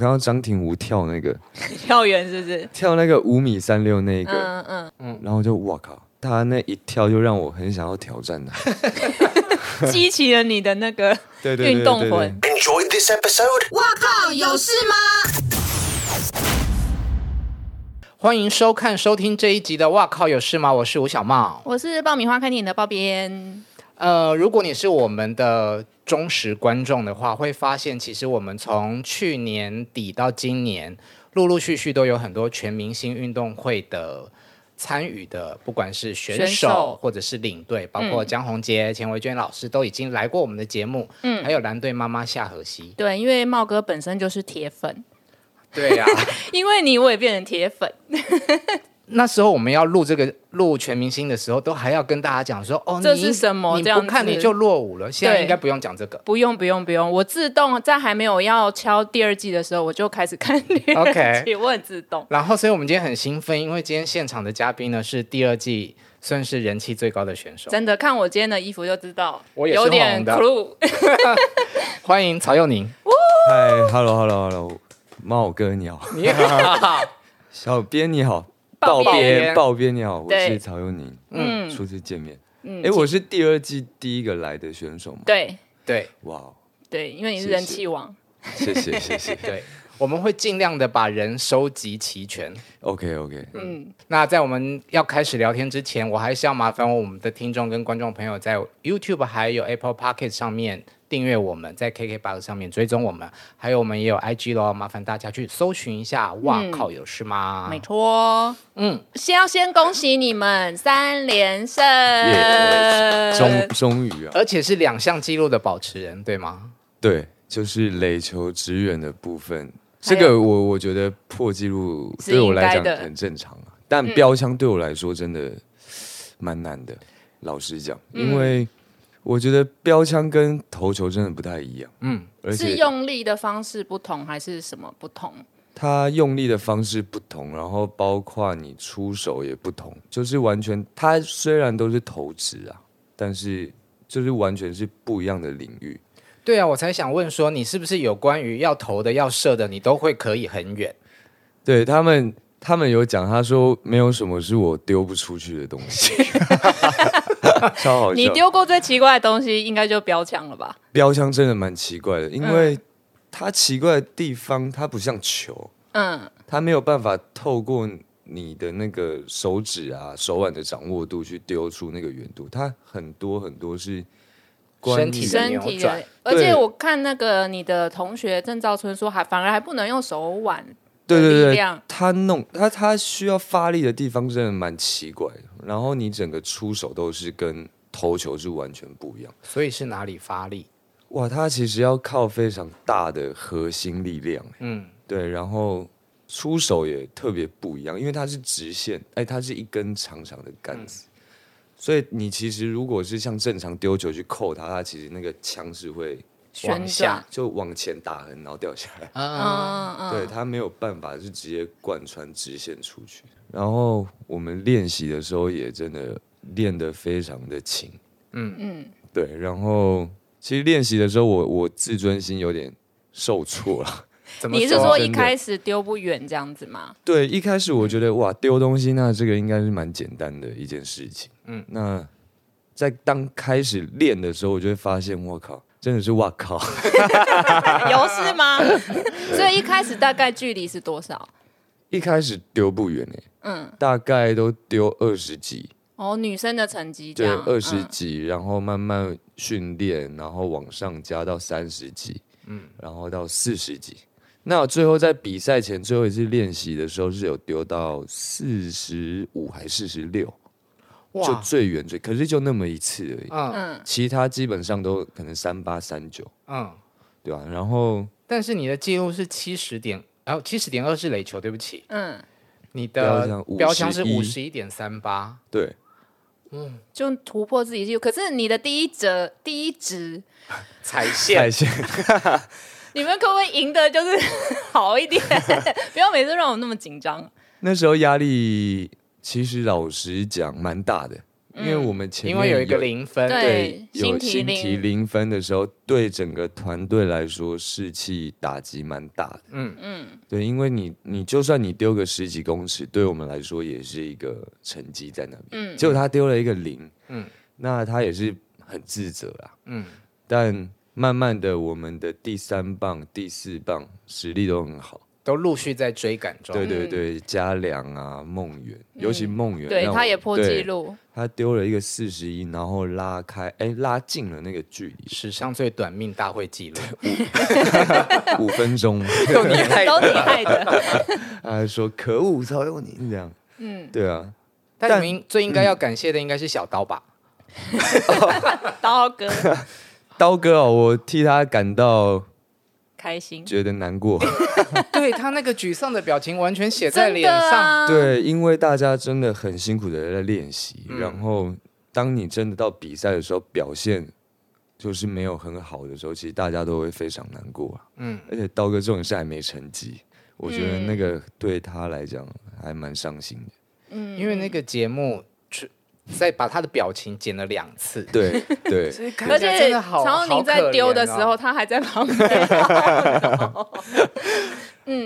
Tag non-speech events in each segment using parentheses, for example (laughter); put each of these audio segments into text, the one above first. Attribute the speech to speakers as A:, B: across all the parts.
A: 刚刚张庭吾跳那个
B: 跳远是不是？
A: 跳那个五米三六那一个，
B: 嗯嗯，
A: 然后我就哇靠，他那一跳就让我很想要挑战
B: (laughs)
A: 他。
B: 嗯激起了你的那个
A: 对对对
B: 运动魂。
C: Enjoyed this episode?
D: 欢迎收看、收听这一集的《哇靠有事吗》，我是吴小茂。
B: 我是爆米花看电影的爆边，
D: 呃，如果你是我们的忠实观众的话，会发现其实我们从去年底到今年，陆陆续续都有很多全明星运动会的参与的，不管是选
B: 选手
D: 手嗯或者是领队，包括江宏杰、钱维娟老师都已经来过我们的节目，嗯，还有蓝队妈妈夏荷西，
B: 对，因为茂哥本身就是铁粉，
D: 对呀、
B: 因为你我也变成铁粉，
D: 那时候我们要录这个录全明星的时候，都还要跟大家讲说，哦，
B: 这
D: 你
B: 是什么
D: 你
B: 这样
D: 不看
B: 子
D: 你就落伍了。现在
B: 对。
D: 应该不用讲这个
B: 不用不用不用，我自动在还没有要敲第二季的时候，我就开始看第二 (laughs)
D: OK
B: 季，我很自动。
D: 然后，所以我们今天很兴奋，因为今天现场的嘉宾呢是第二季算是人气最高的选手，
B: 真的，看我今天的衣服就知道，
D: 我也是
B: 有点
D: 红的
B: clue。
D: 欢迎曹佑宁。
A: 嗨，hello hello hello，茂哥你好，
D: 你好，
A: 小编你好，
B: 爆
D: 编
A: 爆编你好，我
B: 对
A: 是曹佑宁，嗯，初次见面。
B: 嗯
A: 哎，我是第二季第一个来的选手嘛。
B: (laughs) 对
D: (laughs) 对
A: 哇，
B: 对，因为你是
A: 谢谢
B: 人气王，
A: 谢谢谢
B: (laughs)
A: 谢。
D: 对，我们会尽量的把人收集齐全。
A: OK OK，
B: 嗯，
D: 那在我们要开始聊天之前，我还是要麻烦我们的听众跟观众朋友在 YouTube 还有 Apple p o c k e t 上面订阅我们，在 KKBox 上面追踪我们，还有我们也有 IG 咯，麻烦大家去搜寻一下。哇靠，有事吗？
B: 嗯没错。
D: 啊嗯，
B: 先要先恭喜你们三连胜
A: Yes，终终于啊，
D: 而且是两项纪录的保持人，对吗？
A: 对，就是垒球支援的部分，
B: 还
A: 这个
B: 有
A: 我我觉得破纪录
B: 是
A: 对我来
B: 应该
A: 讲
B: 的嗯
A: 很正常啊，但标枪对我来说真的蛮难的，老实讲，
B: 嗯
A: 因为我觉得标枪跟投球真的不太一样，
D: 嗯，
A: 而
B: 是
A: 且
B: 用力的方式不同，还是什么不同？
A: 它用力的方式不同，然后包括你出手也不同，就是完全它虽然都是投掷啊，但是就是完全是不一样的领域。
D: 对啊，我才想问说，你是不是有关于要投的、要射的，你都会可以很远？
A: 对他们，他们有讲，他说没有什么是我丢不出去的东
B: (laughs)
A: 西，超好笑。
B: 你丢过最奇怪的东西，应该就标枪了吧？
A: 标枪真的蛮奇怪的，因为它奇怪的地方，它不像球，
B: 嗯，
A: 它没有办法透过你的那个手指啊、手腕的掌握度去丢出那个圆度，它很多很多是关于
D: 身体的
B: 身体
D: 扭
B: 的
D: 转，
B: 而且
A: 对
B: 我看那个你的同学郑兆春说，还反而还不能用手腕
A: 对
B: 的力
A: 对对
B: 量，
A: 他弄他他需要发力的地方真的蛮奇怪的，然后你整个出手都是跟投球是完全不一样。
D: 所以是哪里发力？
A: 哇，它其实要靠非常大的核心力量，欸
D: 嗯，
A: 对，然后出手也特别不一样，因为它是直线，哎，它是一根长长的杆子，所以你其实如果是像正常丢球去扣它，它其实那个枪是会
B: 旋
D: 往
B: 转
D: 下，
A: 就往前打横，然后掉下来，
B: 嗯嗯，
A: 对，它没有办法是直接贯穿直线出去。然后我们练习的时候也真的练得非常的勤，
B: 嗯，
A: 对，然后其实练习的时候我，我自尊心有点受挫了。 (laughs)
D: 怎么
B: 你是说
A: 真
B: 一
A: 的
B: 开始丢不远这样子
A: (laughs)
B: 吗？
A: 对，一开始我觉得哇，丢东西那这个应该是蛮简单的一件事情。嗯，那在当开始练的时候，我就会发现，我靠，真的是哇靠， (laughs)
B: 有是吗？ (laughs) 所以一开始大概距离是多少？
A: 一开始丢不远哎、
B: 嗯，
A: 大概都丢二十几，
B: 哦，女生的成绩这
A: 对，
B: 样，
A: 二十
B: 嗯
A: 几，然后慢慢训练，然后往上加到三十几，嗯，然后到四十几。那最后在比赛前最后一次练习的时候是有丢到四十五还四十六，就
D: 哇，
A: 最远最，可是就那么一次而已，
D: 嗯
A: 其他基本上都可能三八三九，
D: 嗯，
A: 对吧、然后
D: 但是你的记录是七十点，然后七十点二是垒球，对不起，
B: 嗯，
D: 你
A: 标
D: 的
A: 枪51
D: 标枪是五十一点三八，
A: 对
B: 就突破自己记录。可是你的第一折第一值，
D: 踩
A: 在 (laughs)
D: 线。
A: 线
B: 你们可不可以赢的就是 (laughs) 好一点？不要每次让我那么紧张。
A: 那时候压力其实老实讲蛮大的，因为我们前面
D: 嗯因为有一个零分，
B: 对
A: 对有
B: 新
A: 新
B: 题
A: 题
B: 零
A: 零分的时候，对整个团队来说士气打击蛮大的。
D: 嗯
A: 嗯，对，因为你你就算你丢个十几公尺，对我们来说也是一个成绩在那边。
B: 嗯
A: 结果他丢了一个零，
D: 嗯
A: 嗯，那他也是很自责啊。
D: 嗯
A: 但慢慢的，我们的第三棒、第四棒实力都很好。
D: 都陆续在追赶中。
A: 对对对，嘉良啊，梦远，尤其梦远，
B: 嗯对，
A: 让
B: 他
A: 我
B: 也
A: (laughs)
B: 破
A: 对
B: 纪录，
A: 他丢了一个四十一，然后拉开，哎，拉近了那个距离，
D: 史上最短命大会纪
A: (laughs)
D: 录，
A: 五分钟。 (laughs)
D: 都
B: (laughs)
D: 你 (laughs) 害
B: 都你害的。
A: 他还说：“可恶，操用你这样。”
B: 嗯，
A: 对啊，
D: 但你们应最应该要感谢的应该是小
B: (laughs)
D: 刀吧？
B: 刀哥
A: 刀哥哦，我替他感到
B: 开心，
A: 觉得难过。
D: 对他那个沮丧的表情完全写在
B: 真
D: 脸
B: 的
D: 上。
B: 啊，
A: 对，因为大家真的很辛苦的在练习，然后当你真的到比赛的时候，表现就是没有很好的时候，其实大家都会非常难过啊。
D: 嗯
A: 嗯，而且刀哥这种事还没成绩，我觉得那个对他来讲还蛮伤心的。
B: 嗯
D: 因为那个节目只再把他的表情剪了两次，
A: 对对，
D: 所以看
B: 而
D: 起来真
B: 且
D: 的好。
B: 曹宁
D: 好可
B: 在丢的
D: 怜
B: 时
D: 哦
B: 候，，他还在旁边。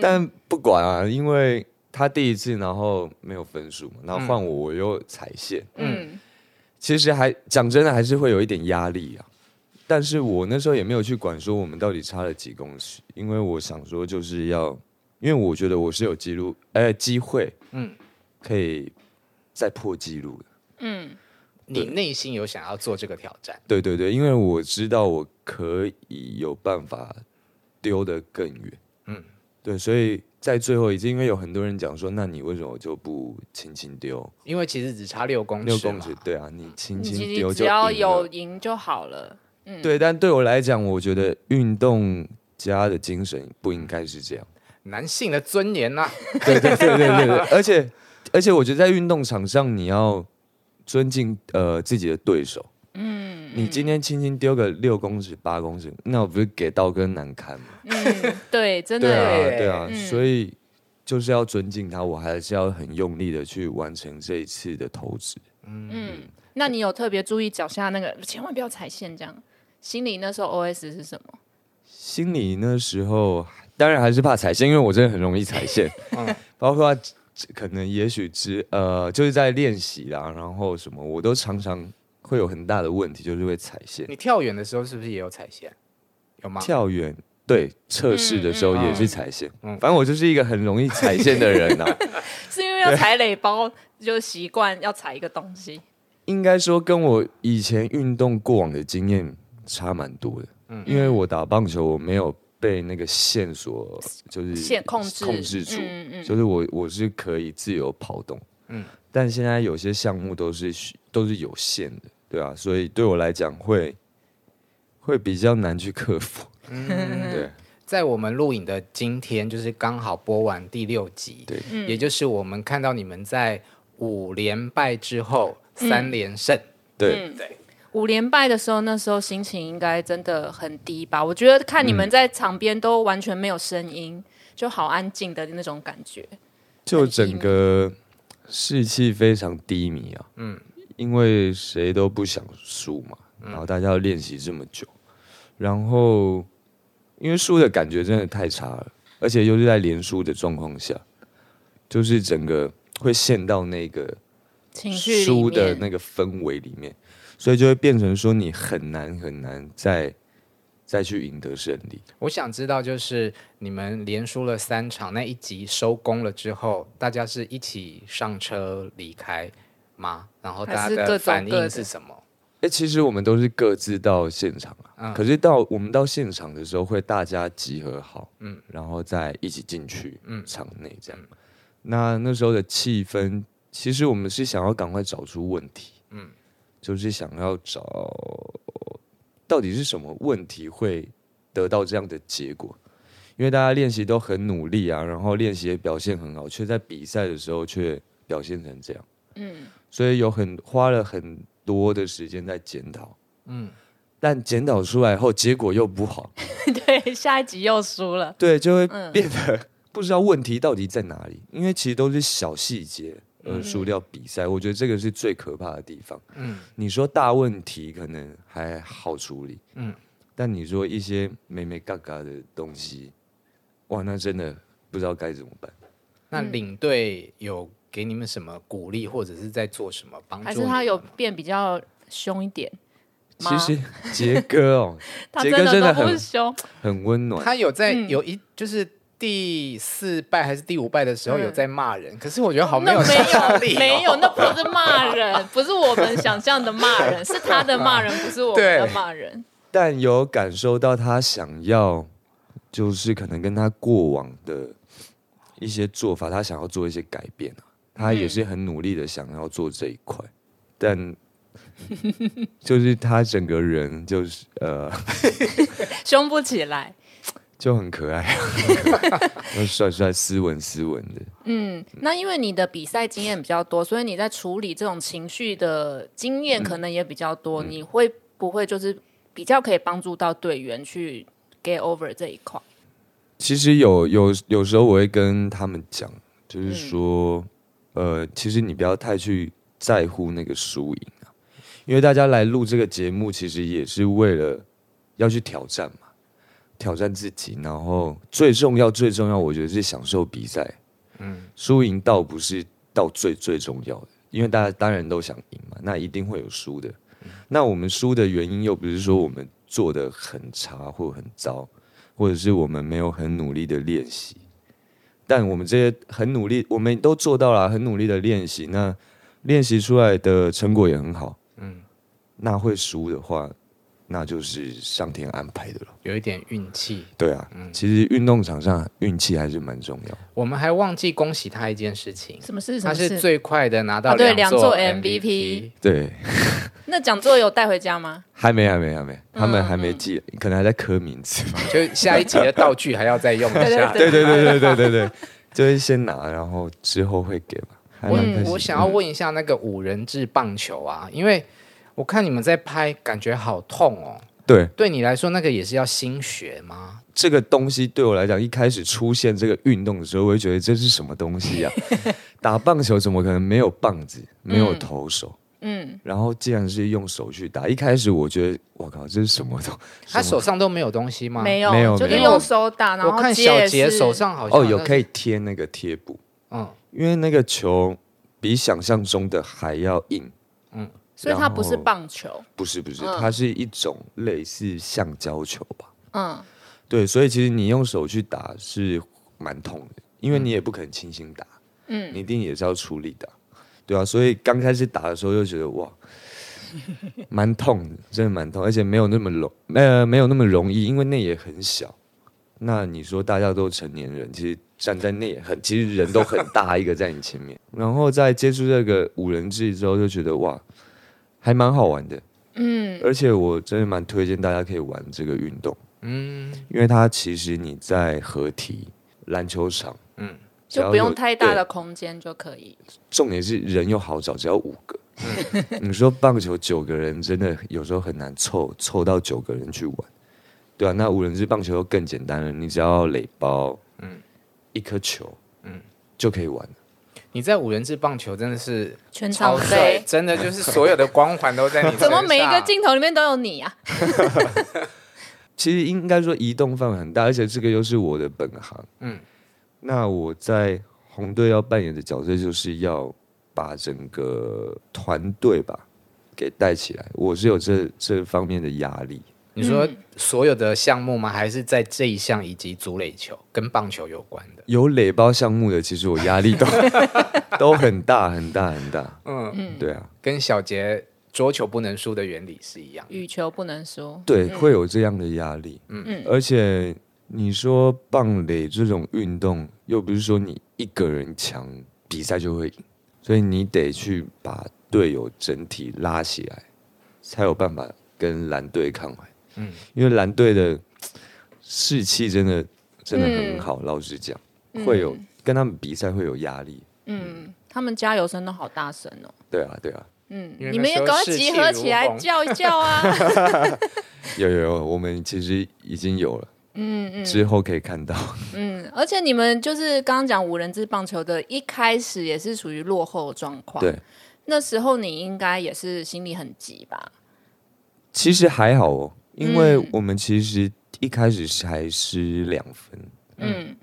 A: 但不管啊，因为他第一次，然后没有分数嘛，然后换我，我又踩线。
B: 嗯，
A: 其实还讲真的，还是会有一点压力啊。但是我那时候也没有去管说我们到底差了几公尺，因为我想说就是要，因为我觉得我是有记录，哎、机会，
D: 嗯
A: 嗯，可以再破纪录的。
B: 嗯
A: 嗯
D: 你内心有想要做这个挑战，
A: 对对对，因为我知道我可以有办法丢得更远，嗯，对，所以在最后一次，因为有很多人讲说，那你为什么就不轻轻丢
D: 因为其实只差六公尺，
A: 六公尺？，对啊，你轻
B: 你
A: 轻
B: 其
A: 丢
B: 实
A: 就
B: 只要
A: 赢了
B: 有嗯赢就好了。
A: 对，但对我来讲，我觉得运动家的精神不应该是这样。
D: 男性的尊严呐、
A: 对对对对对对，而且而且，我觉得在运动场上，你要尊敬呃自己的对手。嗯，你今天轻轻丢个六公尺、八公尺，那我不是给道哥难堪吗？
B: 嗯，
A: (laughs)
B: 对，真
A: 对
B: 的
A: 啊，
D: 耶
A: 对啊，
B: 嗯
A: 所以就是要尊敬他，我还是要很用力的去完成这一次的投掷。
B: 嗯，那你有特别注意脚下那个，千万不要踩线，这样。心里那时候 OS 是什么？
A: 心里那时候当然还是怕踩线，因为我真的很容易踩
D: (laughs)
A: 线，
D: 嗯
A: 包括可能也许之呃就是在练习啦，然后什么我都常常会有很大的问题，就是会踩线。
D: 你跳远的时候是不是也有踩线？有吗？
A: 跳远对测试的时候也是踩线，
D: 嗯嗯
A: 反正我就是一个很容易踩线的人啊呐、
B: 是因为要踩垒包，就习惯要踩一个东西。
A: 应该说跟我以前运动过往的经验差蛮多的，因为我打棒球我没有被那个线索就是
B: 线控制
A: 控制住，
B: 嗯嗯
A: 就是我我是可以自由跑动，嗯，但现在有些项目都是需都是有限的，对啊，所以对我来讲会会比较难去克服， (laughs) 对
D: 在我们录影的今天，就是刚好播完第六集，
A: 对，
B: 嗯
D: 也就是我们看到你们在五连败之后
B: 嗯
D: 三连胜，
A: 对，
B: 五连败的时候，那时候心情应该真的很低吧？我觉得看
A: 嗯
B: 你们在场边都完全没有声音，就好安静的那种感觉。
A: 就整个士气非常低迷啊，嗯，因为谁都不想输嘛，然后大家要练习这么久，然后因为输的感觉真的太差了，而且又是在连输的状况下，就是整个会陷到那个
B: 情绪里
A: 输的
B: 面，
A: 那个氛围里面，所以就会变成说你很难很难再再去赢得胜利。
D: 我想知道，就是你们连输了三场，那一集收工了之后，大家是一起上车离开吗？然后
B: 还
D: 大家
B: 是各
D: 的
B: 走
D: 反
B: 各
D: 应
B: 的嗯
D: 是什么？
A: 哎、其实我们都是各自到现场啊，可是到我们到现场的时候，会大家集合好，嗯，然后再一起进去，嗯，场内这样。那那时候的气氛，其实我们是想要赶快找出问题，嗯，就是想要找到底是什么问题会得到这样的结果，因为大家练习都很努力啊，然后练习也表现很好，却在比赛的时候却表现成这样。
B: 嗯
A: 所以有很花了很多的时间在检讨，嗯，但检讨出来后结果又不好，
B: (laughs) (laughs) 对，下一集又输了。嗯
A: 对，就会变得不知道问题到底在哪里，因为其实都是小细节，而输掉比赛，我觉得这个是最可怕的地方。嗯，你说大问题可能还好处理，嗯，但你说一些美美嘎嘎的东西，哇，那真的不知道该怎么办。
D: 那领队有给你们什么鼓励，或者是在做什么
A: 嗯
D: 帮助
B: 还
D: 你
B: 是
D: 们？
B: 他有变比较凶一点？
A: 其实杰哥哦，
B: (laughs) 他
A: 杰
B: 真
A: 哥真的
B: 都不
A: 很
B: 凶，
A: 很温暖，
D: 他有在
B: 嗯
D: 有一就是第四拜还是第五拜的时候有在骂人，可是我觉得好没
B: 嗯哦那
D: 有想象力、
A: 哦
D: 哦
B: 没有没有，那不是
A: (laughs)
B: 骂人，不是我们想象的骂人，是他的骂人，不是我们的
D: 对
B: 骂人。
A: 但有感受到他想要，就是可能跟他过往的一些做法，他想要做一些改变啊。他也是很努力的想要做这一块，但就是他整个人就是呃
B: 凶不起来。
A: 就很可爱，就 (laughs) 帅帅斯文斯文的。
B: 嗯，那因为你的比赛经验比较多，所以你在处理这种情绪的经验可能也比较
D: 嗯
B: 多。你会不会就是比较可以帮助到队员去 get over 这一块？
A: 其实有有有时候我会跟他们讲，就是说，呃，其实你不要太去在乎那个输赢啊，因为大家来录这个节目，其实也是为了要去挑战嘛，挑战自己，然后最重要最重要，我觉得是享受比赛，嗯，输赢倒不是到最最重要的，因为大家当然都想赢嘛，那一定会有输的，那我们输的原因又不是说我们做的很差或很糟。或者是我们没有很努力的练习，但我们这些很努力，我们都做到了，很努力的练习，那练习出来的成果也很好，嗯，那会输的话，那就是上天安排的了。
D: 有一点运气。
A: 对啊，其实运动场上运气还是蛮重要的。
D: 我们还忘记恭喜他一件事情，
B: 什么事？什
D: 他
B: 么
D: 是
B: 事？
D: 最快的拿到
B: 啊对
D: 座
B: 两座
D: MVP，
A: 对，
B: 那讲座有带回家吗？
A: 还没，还没，还没，他们还没记，可能还在磕名字。
D: 就下一集的道具还要再用一下。
A: 对对对对对对对，就是先拿，然后之后会给嘛。还蛮开心
D: 我
A: 的
D: 我想要问一下那个五人制棒球啊，因为我看你们在拍，感觉好痛哦。
A: 对
D: 对你来说，那个也是要新学吗？
A: 这个东西对我来讲，一开始出现这个运动的时候，我会觉得这是什么东西啊？打棒球怎么可能没有棒子，没有投手？
B: 嗯，
A: 然后竟然是用手去打，一开始我觉得我靠，这是什么东？
D: 他手上都没有东西吗？
B: 没有，
A: 没有
B: 就是
A: 没有
B: 用手打，然
D: 我
B: 后
D: 看
B: 接
D: 小
B: 也
D: 杰
B: 是
D: 手上好像
A: 哦，有
D: 那
A: 可以贴那个贴布，
D: 嗯，
A: 因为那个球比想象中的还要硬。
B: 所以它不是
A: 然后
B: 棒球。
A: 不是不是，
B: 嗯
A: 它是一种类似橡胶球吧？
B: 嗯，
A: 对，所以其实你用手去打是蛮痛的，因为你也不可能轻轻打，嗯，你一定也是要出力打，对啊，所以刚开始打的时候就觉得哇， (laughs) 蛮痛的，真的蛮痛，而且没有那么容，呃，没有那么容易，因为那也很小。那你说大家都成年人，其实站在那也很，其实人都很大一个在你前面。 (laughs) 然后在接触这个五人制之后，就觉得哇，还蛮好玩的，嗯，而且我真的蛮推荐大家可以玩这个运动。因为它其实你在合体篮球场，嗯，
B: 就不用太大的空间就可以。
A: 重点是人又好找，只要五个。你说棒球九个人真的有时候很难凑凑到九个人去玩，对啊，那五人制棒球又更简单了，你只要垒包，嗯，一颗球，嗯，就可以玩了。
D: 你在五人制棒球真的是
B: 全
D: 超
B: 场
D: 帅
B: 飞，，
D: 真的就是所有的光环都在你身
B: 怎
D: 上。
B: 么每一个镜头里面都有你啊？
A: 其实应该说移动范围很大，而且这个又是我的本行，嗯，那我在红队要扮演的角色就是要把整个团队吧给带起来，我是有这这方面的压力。
D: 你说
B: 嗯
D: 所有的项目吗？还是在这一项以及足垒球跟棒球有关的？
A: 有垒包项目的，其实我压力都 (laughs) 都很大很大很大，嗯，对啊，
D: 跟小杰桌球不能输的原理是一样。
B: 羽球不能输，
A: 对，会有这样的压力，嗯，而且你说棒垒这种运动，又不是说你一个人强，比赛就会赢，所以你得去把队友整体拉起来，才有办法跟蓝队抗衡，嗯，因为蓝队的士气真的真的很好，老实讲，会有跟他们比赛会有压力，
B: 嗯，他们加油声都好大声哦。
A: 对啊，对啊。
B: 嗯，
D: 因为
B: 你们
D: 那时
B: 也
D: 候
B: 赶快
D: 士
B: 集
D: 气
B: 合
D: 如
B: 起来
D: 虹 (laughs)
B: 叫一叫啊！
A: 有有有，我们其实已经有了，嗯嗯，之后可以看到。
B: 嗯，而且你们就是刚刚讲五人制棒球的，一开始也是属于落后状况。
A: 对，
B: 那时候你应该也是心里很急吧？
A: 其实还好哦，因为我们其实一开始才失两分，
B: 嗯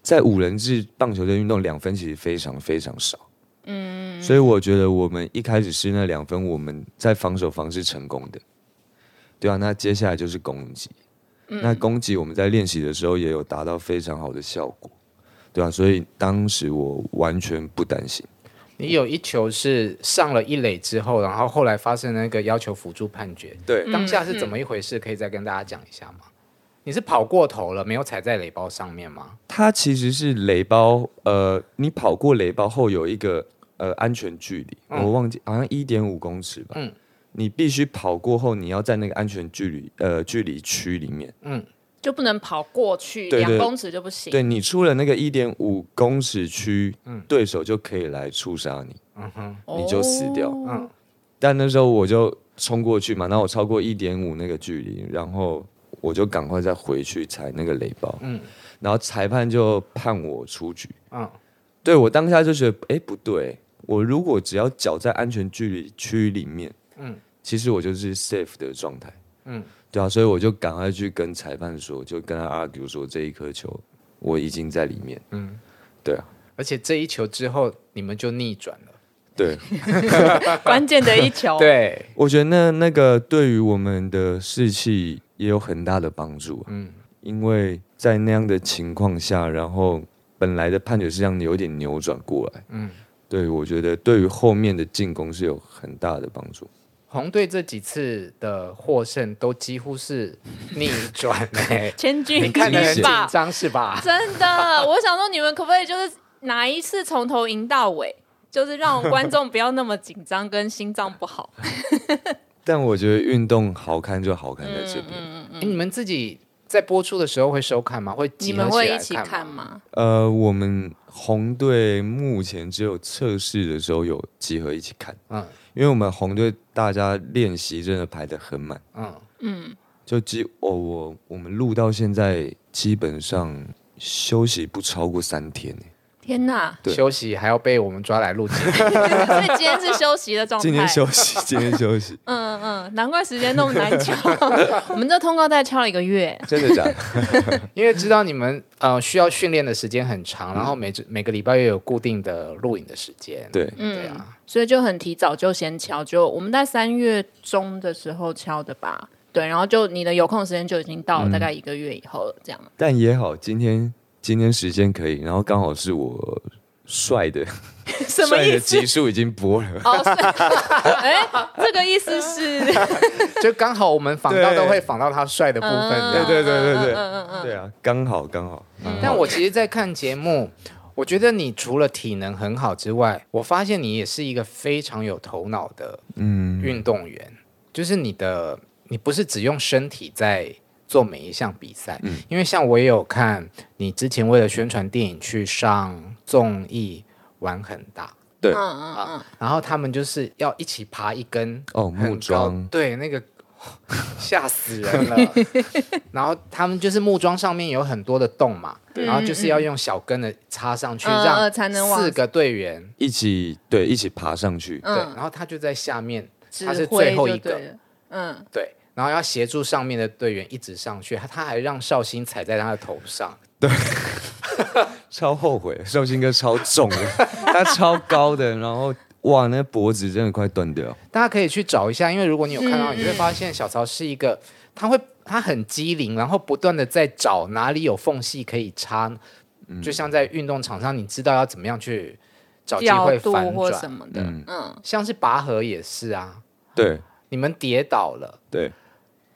A: 在五人制棒球的运动，两分其实非常非常少。嗯，所以我觉得我们一开始失那两分，我们在防守方是成功的，对啊。那接下来就是攻击，那攻击我们在练习的时候也有达到非常好的效果，对啊。所以当时我完全不担心。
D: 你有一球是上了一垒之后，然后后来发生那个要求辅助判决，
A: 对
B: 嗯
D: 当下是怎么一回事？可以再跟大家讲一下吗？你是跑过头了，没有踩在垒包上面吗？
A: 它其实是垒包，呃，你跑过垒包后有一个呃安全距离，我忘记好像一点五公尺吧。
D: 嗯
A: 你必须跑过后，你要在那个安全距离呃距离区里面，
B: 就不能跑过去
A: 对对
B: 两公尺就不行。
A: 对你出了那个一点五公尺区，对手就可以来触杀你。
B: 哦，
A: 你就死掉
B: 嗯
A: 但那时候我就冲过去嘛，然后我超过一点五那个距离，然后我就赶快再回去踩那个垒包，嗯，然后裁判就判我出局，
D: 嗯
A: 嗯，对我当下就觉得，哎，不对，我如果只要脚在安全距离区里面，嗯，其实我就是 safe 的状态，
D: 嗯
A: 嗯，对啊，所以我就赶快去跟裁判说，就跟他 argue 说这一颗球我已经在里面，嗯，对啊，
D: 而且这一球之后，你们就逆转了。
A: 对，
B: 关键的一球。
D: (laughs) 对，
A: 我觉得那那个对于我们的士气也有很大的帮助、嗯，因为在那样的情况下，然后本来的判决是让你有点扭转过来。嗯，对，我觉得对于后面的进攻是有很大的帮助。
D: 红队这几次的获胜都几
B: (laughs)
D: 乎是逆转嘞、
B: 千钧
D: 你看得很
B: 一
D: 紧
B: 发，
D: 张是吧？
B: 真的，我想说你们可不可以就是哪一次从头赢到尾，就是让观众不要那么紧张跟心脏不好。
A: 但我觉得运动好看就好看在这边。
B: 嗯
D: 诶欸你们自己在播出的时候会收看吗？会
B: 你
D: (laughs) 集合
B: 们会一起
D: 起来
B: 看
D: 吗？
B: 吗？
A: 呃，我们红队目前只有测试的时候有集合一起看，
D: 嗯
A: 因为我们红队大家练习真的排得很满。
D: 嗯，
A: 就基我我我们录到现在，基本上休息不超过三天欸。
B: 天哪！
A: 对
D: 休息还要被我们抓来录节目，
B: (laughs) 所以今天是休息的状态。
A: 今天休息，今天休
B: (laughs)
A: 息，
B: 嗯嗯嗯，难怪时间那么难
A: (laughs)
B: 敲。我们这通告带敲了一个月，
A: 真的假的？
D: (laughs)
A: 嗯
D: 因为知道你们呃需要训练的时间很长，然后每周每个礼拜又有固定的录影的时间。
A: 对
B: 嗯
D: 对啊，
B: 所以就很提早就先敲，就我们在三月中的时候敲的吧。对，然后就你的有空时间就已经到
A: 嗯
B: 了大概一个月以后了，这样。
A: 但也好，今天今天时间可以，然后刚好是我帅的
B: 什么
A: 帅
B: 意
A: 的
B: 思
A: 集？数已经播了，
B: 哦，是哎、这个意
A: (laughs)
B: 思是，
D: 就刚好我们访到
A: 对
D: 都会访到他帅的部分。
A: (laughs)
D: 这
B: 嗯
A: 对对
D: 样
A: 对对对，对啊，刚好刚好，嗯
D: 但我其实，在看节目，我觉得你除了体能很好之外，我发现你也是一个非常有头脑的
A: 嗯，
D: 运动员，就是你的，你不是只用身体在做每一项比赛，
A: 嗯
D: 因为像我也有看你之前为了宣传电影去上综艺玩很大，
A: 对
B: 嗯嗯嗯，
D: 然后他们就是要一起爬一根
A: 哦，
D: 很
A: 木
D: 高
A: 桩，
D: 对那个 (laughs) 吓死
A: (laughs)
D: 人了。然后他们就是木桩上面有很多的洞嘛，然后就是要用小根的插上去，
B: 嗯嗯
D: 让
B: 嗯才能往
D: 四个队员。
A: 一起对一起爬上去，
B: 嗯
D: 对，然后他就在下面，他
B: 指
D: 是
B: 挥
D: 最后
B: 就
D: 一
B: 对
D: 个，
B: 了。嗯，
D: 对，然后要协助上面的队员一直上去，他他还让绍兴踩在他的头上，
A: 超后悔，寿星哥超重的，他超高的，然后哇，那脖子真的快断掉。
D: 大家可以去找一下，因为如果你有看到，你会发现小曹是一个，他会他很机灵，然后不断的在找哪里有缝隙可以插，就像在运动场上，你知道要怎么样去找机
B: 角
D: 会
B: 度
D: 反
B: 或什
D: 转，
B: 么的，嗯嗯
D: 像是拔河也是啊，
A: 对
D: 你们跌倒了，
A: 对，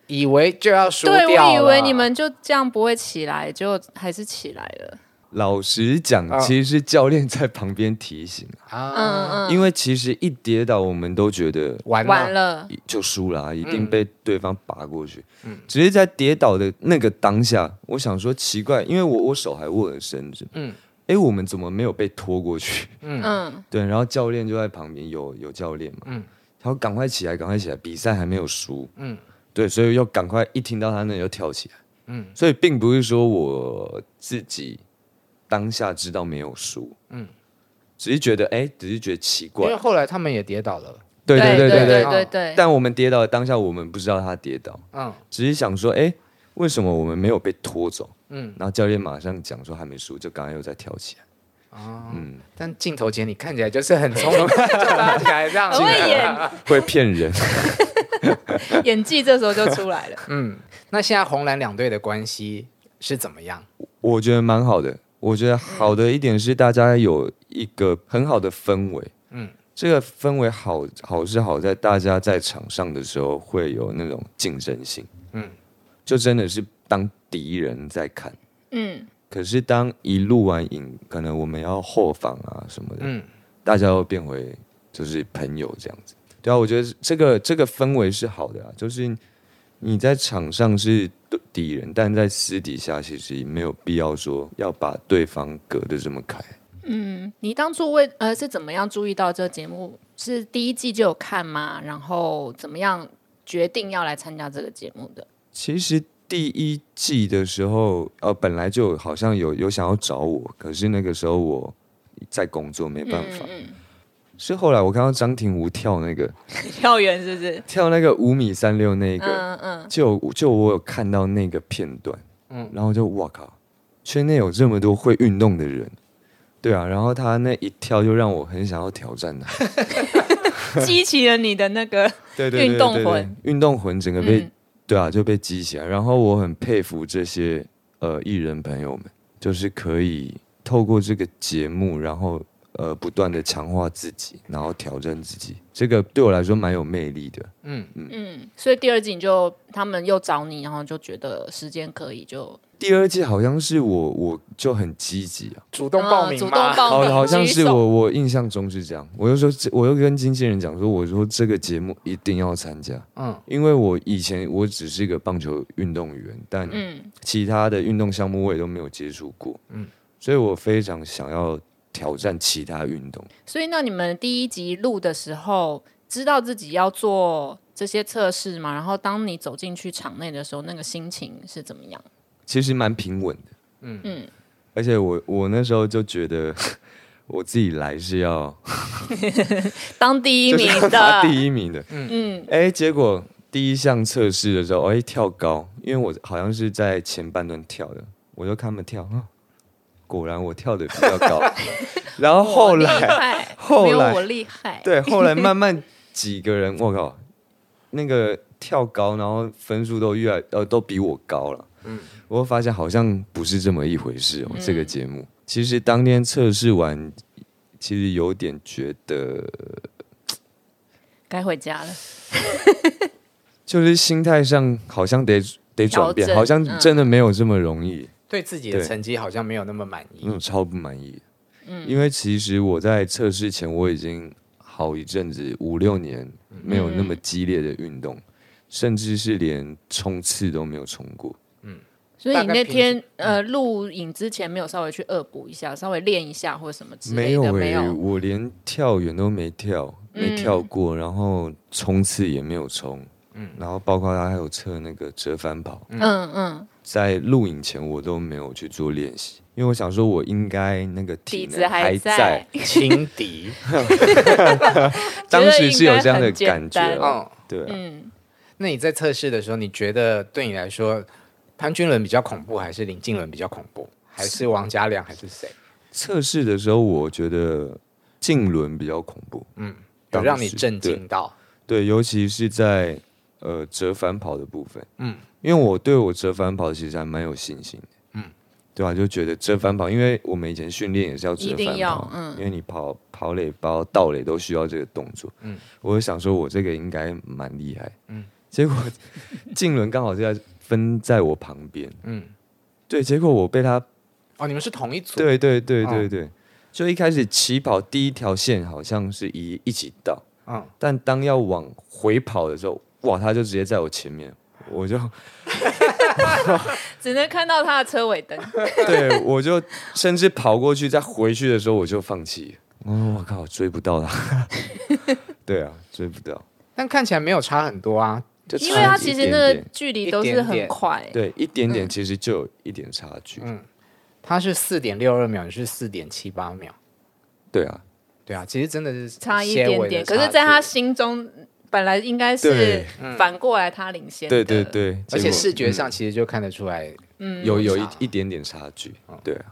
D: 以为就要输掉
B: 对我以
D: 了
B: 为你们就这样不会起来，结果还是起来了。
A: 老实讲，其实是教练在旁边提醒，
D: 啊
B: 嗯嗯，
A: 因为其实一跌倒，我们都觉得
D: 完
B: 完
D: 了，
B: 了，
A: 就输了、啊，一定被对方拔过去。只是在跌倒的那个当下，我想说奇怪，因为我我手还握着绳子，
D: 嗯
A: 嗯，哎，我们怎么没有被拖过去？
B: 嗯，
A: 对，然后教练就在旁边，有有教练嘛，嗯，他说赶快起来，赶快起来，比赛还没有输，嗯，对，所以又赶快一听到他那里就跳起来，嗯，所以并不是说我自己当下知道没有输，嗯，只是觉得哎、只是觉得奇
D: 因
A: 怪
D: 为，后来他们也跌倒了，
A: 对
B: 对
A: 对
B: 对
A: 对。
B: 对对
A: 但我们跌倒的当下，我们不知道他跌倒，
D: 嗯，
A: 只是想说，哎、为什么我们没有被拖走？嗯，然后教练马上讲说还没输，就刚刚又再跳 (laughs) 起来。
D: 但镜头前你看起来就是很
B: (laughs)
D: 从 (laughs) 容，就拉 (laughs) 起来这样，
B: 很会演
A: 会骗人。
B: 演 (laughs) 技，这时候就出来了。
D: 那现在红蓝两队的关系是怎么样？
A: 我觉得蛮好的。我觉得好的一点是大家有一个很好的氛围，嗯，这个氛围好好是好在大家在场上的时候会有那种竞争性，嗯，就真的是当敌人在看。
B: 嗯，
A: 可是当一录完影，可能我们要后防啊什么的，
D: 嗯
A: 大家又变回就是朋友这样子。对啊，我觉得这个这个氛围是好的啊，就是你在场上是敌人，但在私底下其实没有必要说要把对方隔得这么开。
B: 你当初为呃是怎么样注意到这节目？是第一季就有看吗？然后怎么样决定要来参加这个节目的？
A: 其实第一季的时候，呃，本来就好像有有想要找我，可是那个时候我在工作，没办
B: 嗯
A: 法。是后来我看到张庭吾跳那个
B: (laughs) 跳远是不是？
A: 跳那个五米三六那个，
B: 嗯嗯，
A: 就就我有看到那个片段，嗯，然后就哇靠，圈内有这么多会运动的人，对啊，然后他那一跳就让我很想要挑战他，
B: (laughs) 激起了你的那个
A: 对对对
B: 运动魂
A: 对对对运动魂整个被、
B: 嗯
A: 对啊就被激起来，然后我很佩服这些呃艺人朋友们，就是可以透过这个节目，然后呃不断的强化自己，然后挑战自己，这个对我来说蛮有魅力的，
B: 嗯，所以第二季你就他们又找你，然后就觉得时间可以就
A: 第二季好像是我我就很积极啊。
D: 主动报
B: 嗯
D: 名
B: 主动
D: 吗？
B: 报
A: 好，
B: 名，
A: 好像
B: 举
A: 是
B: 手
A: 我，我印象中是这样。我就说这，我又跟经纪人讲说，我说这个节目一定要参加，
D: 嗯
A: 嗯，因为我以前我只是一个棒球运动员，但
B: 嗯
A: 其他的运动项目我也都没有接触过，嗯，所以我非常想要挑战其他运动。
B: 所以，那你们第一集录的时候，知道自己要做这些测试吗？然后，当你走进去场内的时候，那个心情是怎么样？
A: 其实蛮平稳的，嗯
B: 嗯
A: 嗯，而且我我那时候就觉得 (laughs) 我自己来是要
B: 当第一
A: 就是
B: 名
A: 要
B: 的
A: 拿， (laughs) 第一名的，
B: 嗯，
A: 哎，结果第一项测试的时候，哎，跳高，因为我好像是在前半段跳的，我就看他们跳， (laughs) 啊果然我跳的比较
B: (laughs)
A: 高。然后后
B: 我厉
A: 来，
B: 害
A: 后
B: 没有
A: 来
B: 我厉害，
A: (laughs) 对，后来慢慢几个人，我
B: (laughs)
A: 靠，那个跳高，然后分数都越来呃都比我高了。嗯，我会发现好像不是这么一回事哦。
B: 嗯
A: 这个节目其实当天测试完，其实有点觉得
B: 该回家了。
A: 就是心态上好像得得转变
B: 调，整嗯
A: 好像真的没有这么容易，
D: 对自己的
A: 对
D: 成绩好像没有那么满意。 (laughs)
A: 嗯，超不满意。嗯，因为其实我在测试前我已经好一阵子五六年没有
B: 嗯
A: 那么激烈的运动，甚至是连冲刺都没有冲过。
B: 所以
D: 大
B: 你
D: 概
B: 那
D: 平
B: 天
A: 嗯
B: 呃录影之前没有稍微去恶补一下，稍微练一下或者什么之
A: 没
B: 类
A: 有
B: 的，
A: 诶、
B: 没有。嗯
A: 我连跳远都没跳，没跳过，然后冲刺也没有冲，嗯，然后包括他还有测那个折返跑，
B: 嗯嗯，
A: 在录影前我都没有去做练习，因为我想说我应该那个体
B: 底
A: 能
B: 子还
A: 在，，
D: 情敌，
A: 当时是有这样的
B: 觉得应
A: 感觉
B: 该很简单
A: 啊，
D: 嗯，
A: 对啊，
B: 嗯，
D: 那你在测试的时候，你觉得对你来说，潘君伦比较恐怖，还是林敬伦比较恐怖，还是王嘉良，还是谁？
A: 测试的时候我觉得竞轮比较恐怖，
D: 有
A: 当
D: 让你
A: 时
D: 震
A: 对
D: 惊到？
A: 对，尤其是在呃折返跑的部分，嗯，因为我对我折返跑其实还蛮有信心的，嗯，对啊，就觉得折返跑，因为我们以前训练也是要折
B: 一定
A: 返
B: 要
A: 跑，
B: 嗯
A: 因为你跑跑垒包、盗垒都需要这个动作，嗯，我就想说我这个应该蛮厉害，嗯，结果静轮刚好就在分在我旁边，
D: 嗯
A: 嗯，对，结果我被他，
D: 哦，你们是同一组？
A: 对对对
D: 哦
A: 对对，就一开始起跑第一条线好像是一一起到。
D: 嗯，
A: 但当要往回跑的时候，哇，他就直接在我前面，我 (laughs) 就
B: 只能看到他的车尾
A: (laughs)
B: 灯。
A: 对我就甚至跑过去，再回去的时候我就放弃。嗯， (laughs) 我靠，追不到他。对啊，追不到。
D: 但看起来没有差很多啊。
A: 就
B: 因为
A: 差
B: 它
A: 一
B: 其实
A: 点
B: 那个嗯
A: 点
B: 距离
D: 一
B: 都是
D: 点
B: 很
D: 点
B: 快，
A: 对一点点，其实就有一点差距。
D: 它是四点六二秒，你是四点七八秒，
A: 对啊，
D: 对啊，其实真的是
B: 差一
D: 些微
B: 点点。
D: 的差
B: 可是，在
D: 距
B: 他心中本来应该是
A: 对嗯
B: 反过来他领先
A: 对
B: 的，
A: 对对，结
D: 而且
A: 果嗯
D: 视觉上其实就看得出来。
A: 有有一一点点差距。对啊，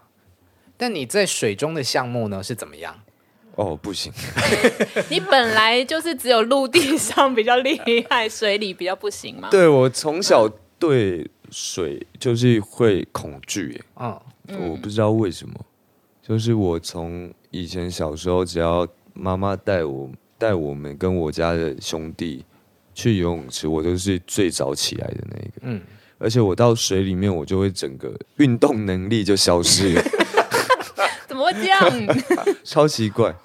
D: 但你在水中的项目呢是怎么样？
A: 哦不行，
B: 你本来就是只有陆地上比较厉害，水里比较不行嘛。
A: 对我从小对水就是会恐惧耶、
D: 嗯，
A: 我不知道为什么，就是我从以前小时候，只要妈妈带我带我们跟我家的兄弟去游泳池，我都是最早起来的那一个。
D: 嗯
A: 嗯，而且我到水里面，我就会整个运动能力就消失
D: (laughs)
A: 了，
B: (laughs) 怎么会这样？
A: 超奇怪。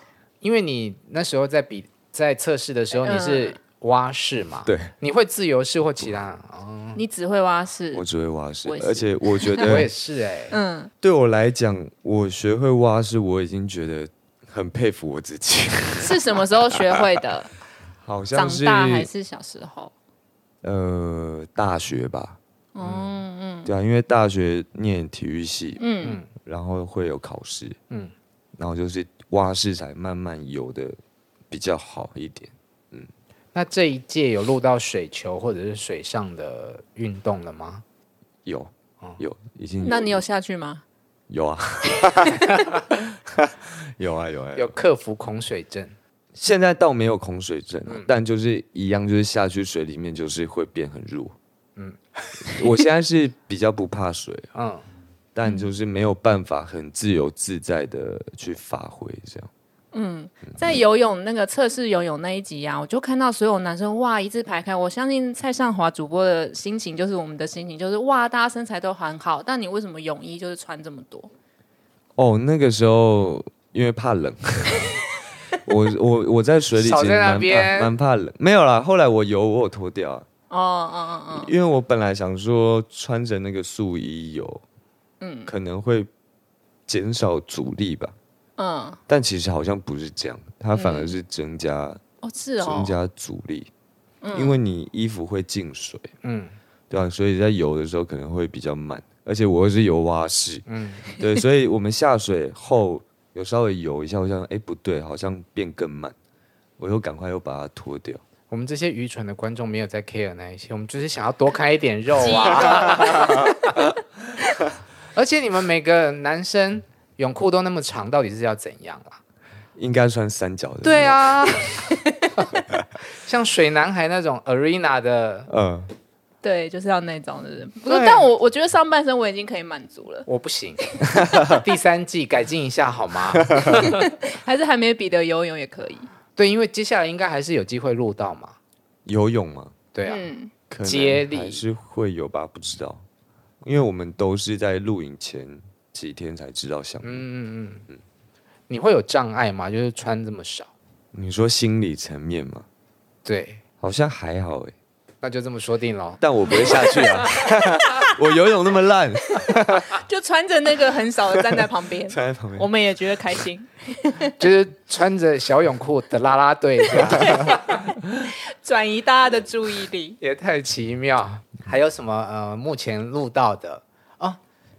D: 因为你那时候在比在测试的时候
B: 嗯
D: 你是蛙式嘛，
A: 对，
D: 你会自由式或其他哦，
B: 你只会蛙式
A: 我，只会蛙式
B: 我也，是
A: 而且我觉
D: 我也
A: 得
D: 是哎，
B: 嗯，
A: 对我来讲，我学会蛙式，我已经觉得很佩服我自己，
B: 是什么时候学会的？
A: 好像
B: 长
A: 是
B: 大还是小时候？
A: 呃大学吧。
B: 哦
A: 嗯嗯，对啊，因为大学念体育系，
B: 嗯，
A: 然后会有考试，
D: 嗯
A: 嗯，然后就是蛙式才慢慢游的比较好一点。
D: 那这一届有录到水球或者是水上的运动了吗？
A: 有有，已经
B: 那你有下去吗？
A: 有
B: (laughs)
A: 啊，有啊有啊
D: 有克服恐水症，
A: 现在倒没有恐水症啊、但就是一样，就是下去水里面就是会变很弱。嗯，我现在是比较不怕水，
D: 嗯，
A: 但就是没有办法很自由自在的去发挥这样。
B: 在游泳那个测试游泳那一集啊，我就看到所有男生哇一字排开。我相信蔡尚华主播的心情就是我们的心情，就是哇，大家身材都很好，但你为什么泳衣就是穿这么多？
A: 哦，那个时候因为怕冷， (laughs) 我我我在水里
D: 少
A: 其实
D: 在那
A: 蛮
D: 边
A: 怕蛮怕冷，没有啦。后来我游，我有脱掉啊、
B: 哦哦哦哦，
A: 因为我本来想说穿着那个素衣游，嗯，可能会减少阻力吧，
B: 嗯，
A: 但其实好像不是这样，它反
D: 嗯
A: 而是增加、
B: 哦是哦
A: 增，加阻力，因为你衣服会进水，
D: 嗯
A: 嗯，对啊，所以在游的时候可能会比较慢，而且我又是游蛙式，嗯， (laughs) 对，所以我们下水后有稍微游一下，我想，哎、不对，好像变更慢，我又赶快又把它脱掉，
D: 我们这些愚蠢的观众没有在 care 那一些，我们就是想要多看一点肉啊。
B: 啊，
D: (laughs) 而且你们每个男生泳裤都那么长，到底是要怎样啊啦、
A: 应该穿三角的，
D: 对，啊，像水男孩那种 arena 的，
A: 嗯，
B: 对，就是要那种的人。不是，
D: 对
B: 但我我觉得上半身我已经可以满足了，
D: (laughs) 我不行。第三季改进一下
B: (laughs)
D: 好吗？
B: 还是还没比得游泳也可以。
D: 对，因为接下来应该还是有机会录到嘛。
A: 游泳嘛，
D: 对啊，
B: 嗯，
A: 可能
D: 接力
A: 还是会有吧，不知道，因为我们都是在录影前几天才知道项目，
D: 你会有障碍吗？就是穿这么少。
A: 你说心理层面嘛，
D: 对，
A: 好像还好、欸，
D: 那就这么说
B: (laughs)
D: 定喽。
A: 但我不会下去 (laughs) 啊，我游泳那么烂，，
B: 就穿着那个很少的站在旁
A: (laughs)
B: 边
A: 站在旁边
B: 我们也觉得开心。
D: 就是穿着小泳裤的啦啦队，
B: (laughs) 转移大家的注意力。
D: 也太奇妙。还有什么呃，目前录到的哦，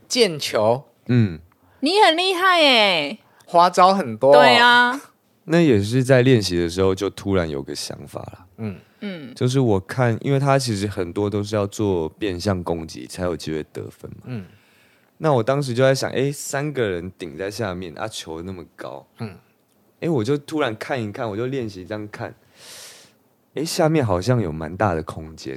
D: 毽球
A: 嗯，
B: 你很厉害耶！
D: 花招很多、
B: 对，啊，
A: 那也是在练习的时候就突然有个想法了，
D: 嗯
A: 嗯嗯，就是我看，因为他其实很多都是要做变相攻击才有机会得分嘛，
D: 嗯
A: 嗯，那我当时就在想，哎，三个人顶在下面，啊，球那么高，嗯，哎，我就突然看一看，我就练习这样看，哎，下面好像有蛮大的空 (laughs) 间，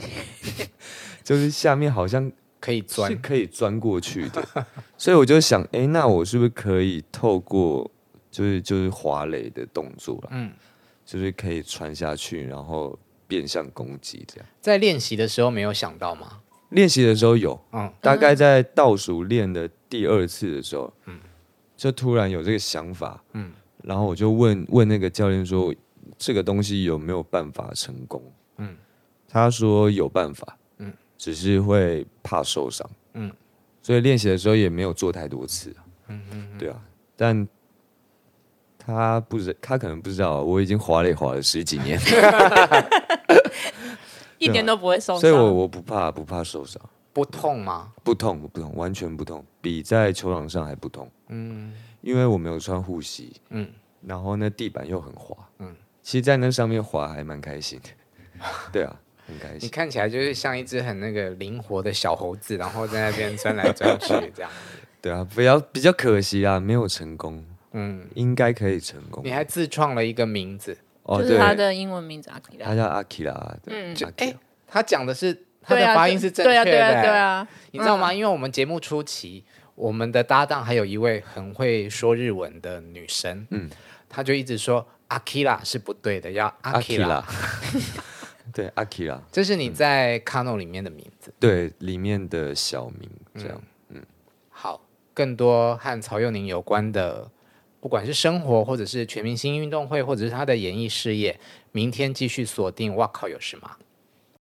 A: 就是下面好像
D: 可以
A: 是
D: 钻。
A: 可以钻过去的， (laughs) 所以我就想，哎、那我是不是可以透过就是就是滑垒的动作啦，
D: 嗯
A: 嗯，就是可以传下去，然后变相攻击这样。
D: 在练习的时候没有想到吗？
A: 练习的时候有，
D: 嗯
A: 嗯，大概在倒数练的第二次的时候，嗯，就突然有这个想法，嗯，然后我就问问那个教练说，这个东西有没有办法成功？嗯，他说有办法，嗯，只是会怕受伤，嗯，所以练习的时候也没有做太多次、啊，嗯嗯，对啊，但。他不知，他可能不知道啊，我已经滑垒滑了十几年，
B: 一点都不会受伤。
A: 所以我我不怕不怕受伤，
D: 不痛吗？
A: 不痛不痛，完全不痛，比在球场上还不痛。嗯，因为我没有穿护膝，嗯，然后那地板又很滑，嗯，其实，在那上面滑还蛮开 (laughs) 心的，对啊，很开
D: 你
A: 心。
D: 看起来就是像一只很那个灵活的小猴子，然后在那边钻来钻去这样。
A: 对啊，比较比较可惜啊，没有成功，
D: 嗯，
A: 应该可以成功
D: 你。还自创了一个名字，
A: 哦，
B: 就是
A: 对，
B: 他的嗯英文名字阿啊基
A: 他
B: 拉。
A: 叫阿基拉，对，
D: 就
A: 阿基
D: 哎
A: 拉，
D: 他讲的是他
B: 对
D: 的
B: 啊，
D: 发音是正确
B: 对
D: 的，
B: 啊，对啊，对啊。
D: 你知道吗？因为我们节目初期，我们的搭档还有一位很会说日文的女生，嗯，她就一直说阿 k i r a 是不对的，要阿
A: 阿
D: k
A: 基
D: i r a
A: 拉， (laughs) 对，阿基拉，
D: 这是你在 Kano 里面的名字。
A: 对，里面的小名这样。
D: 好，更多和曹佑宁有关的，不管是生活，或者是全明星运动会，或者是他的演艺事业，明天继续锁定。哇靠，有事吗？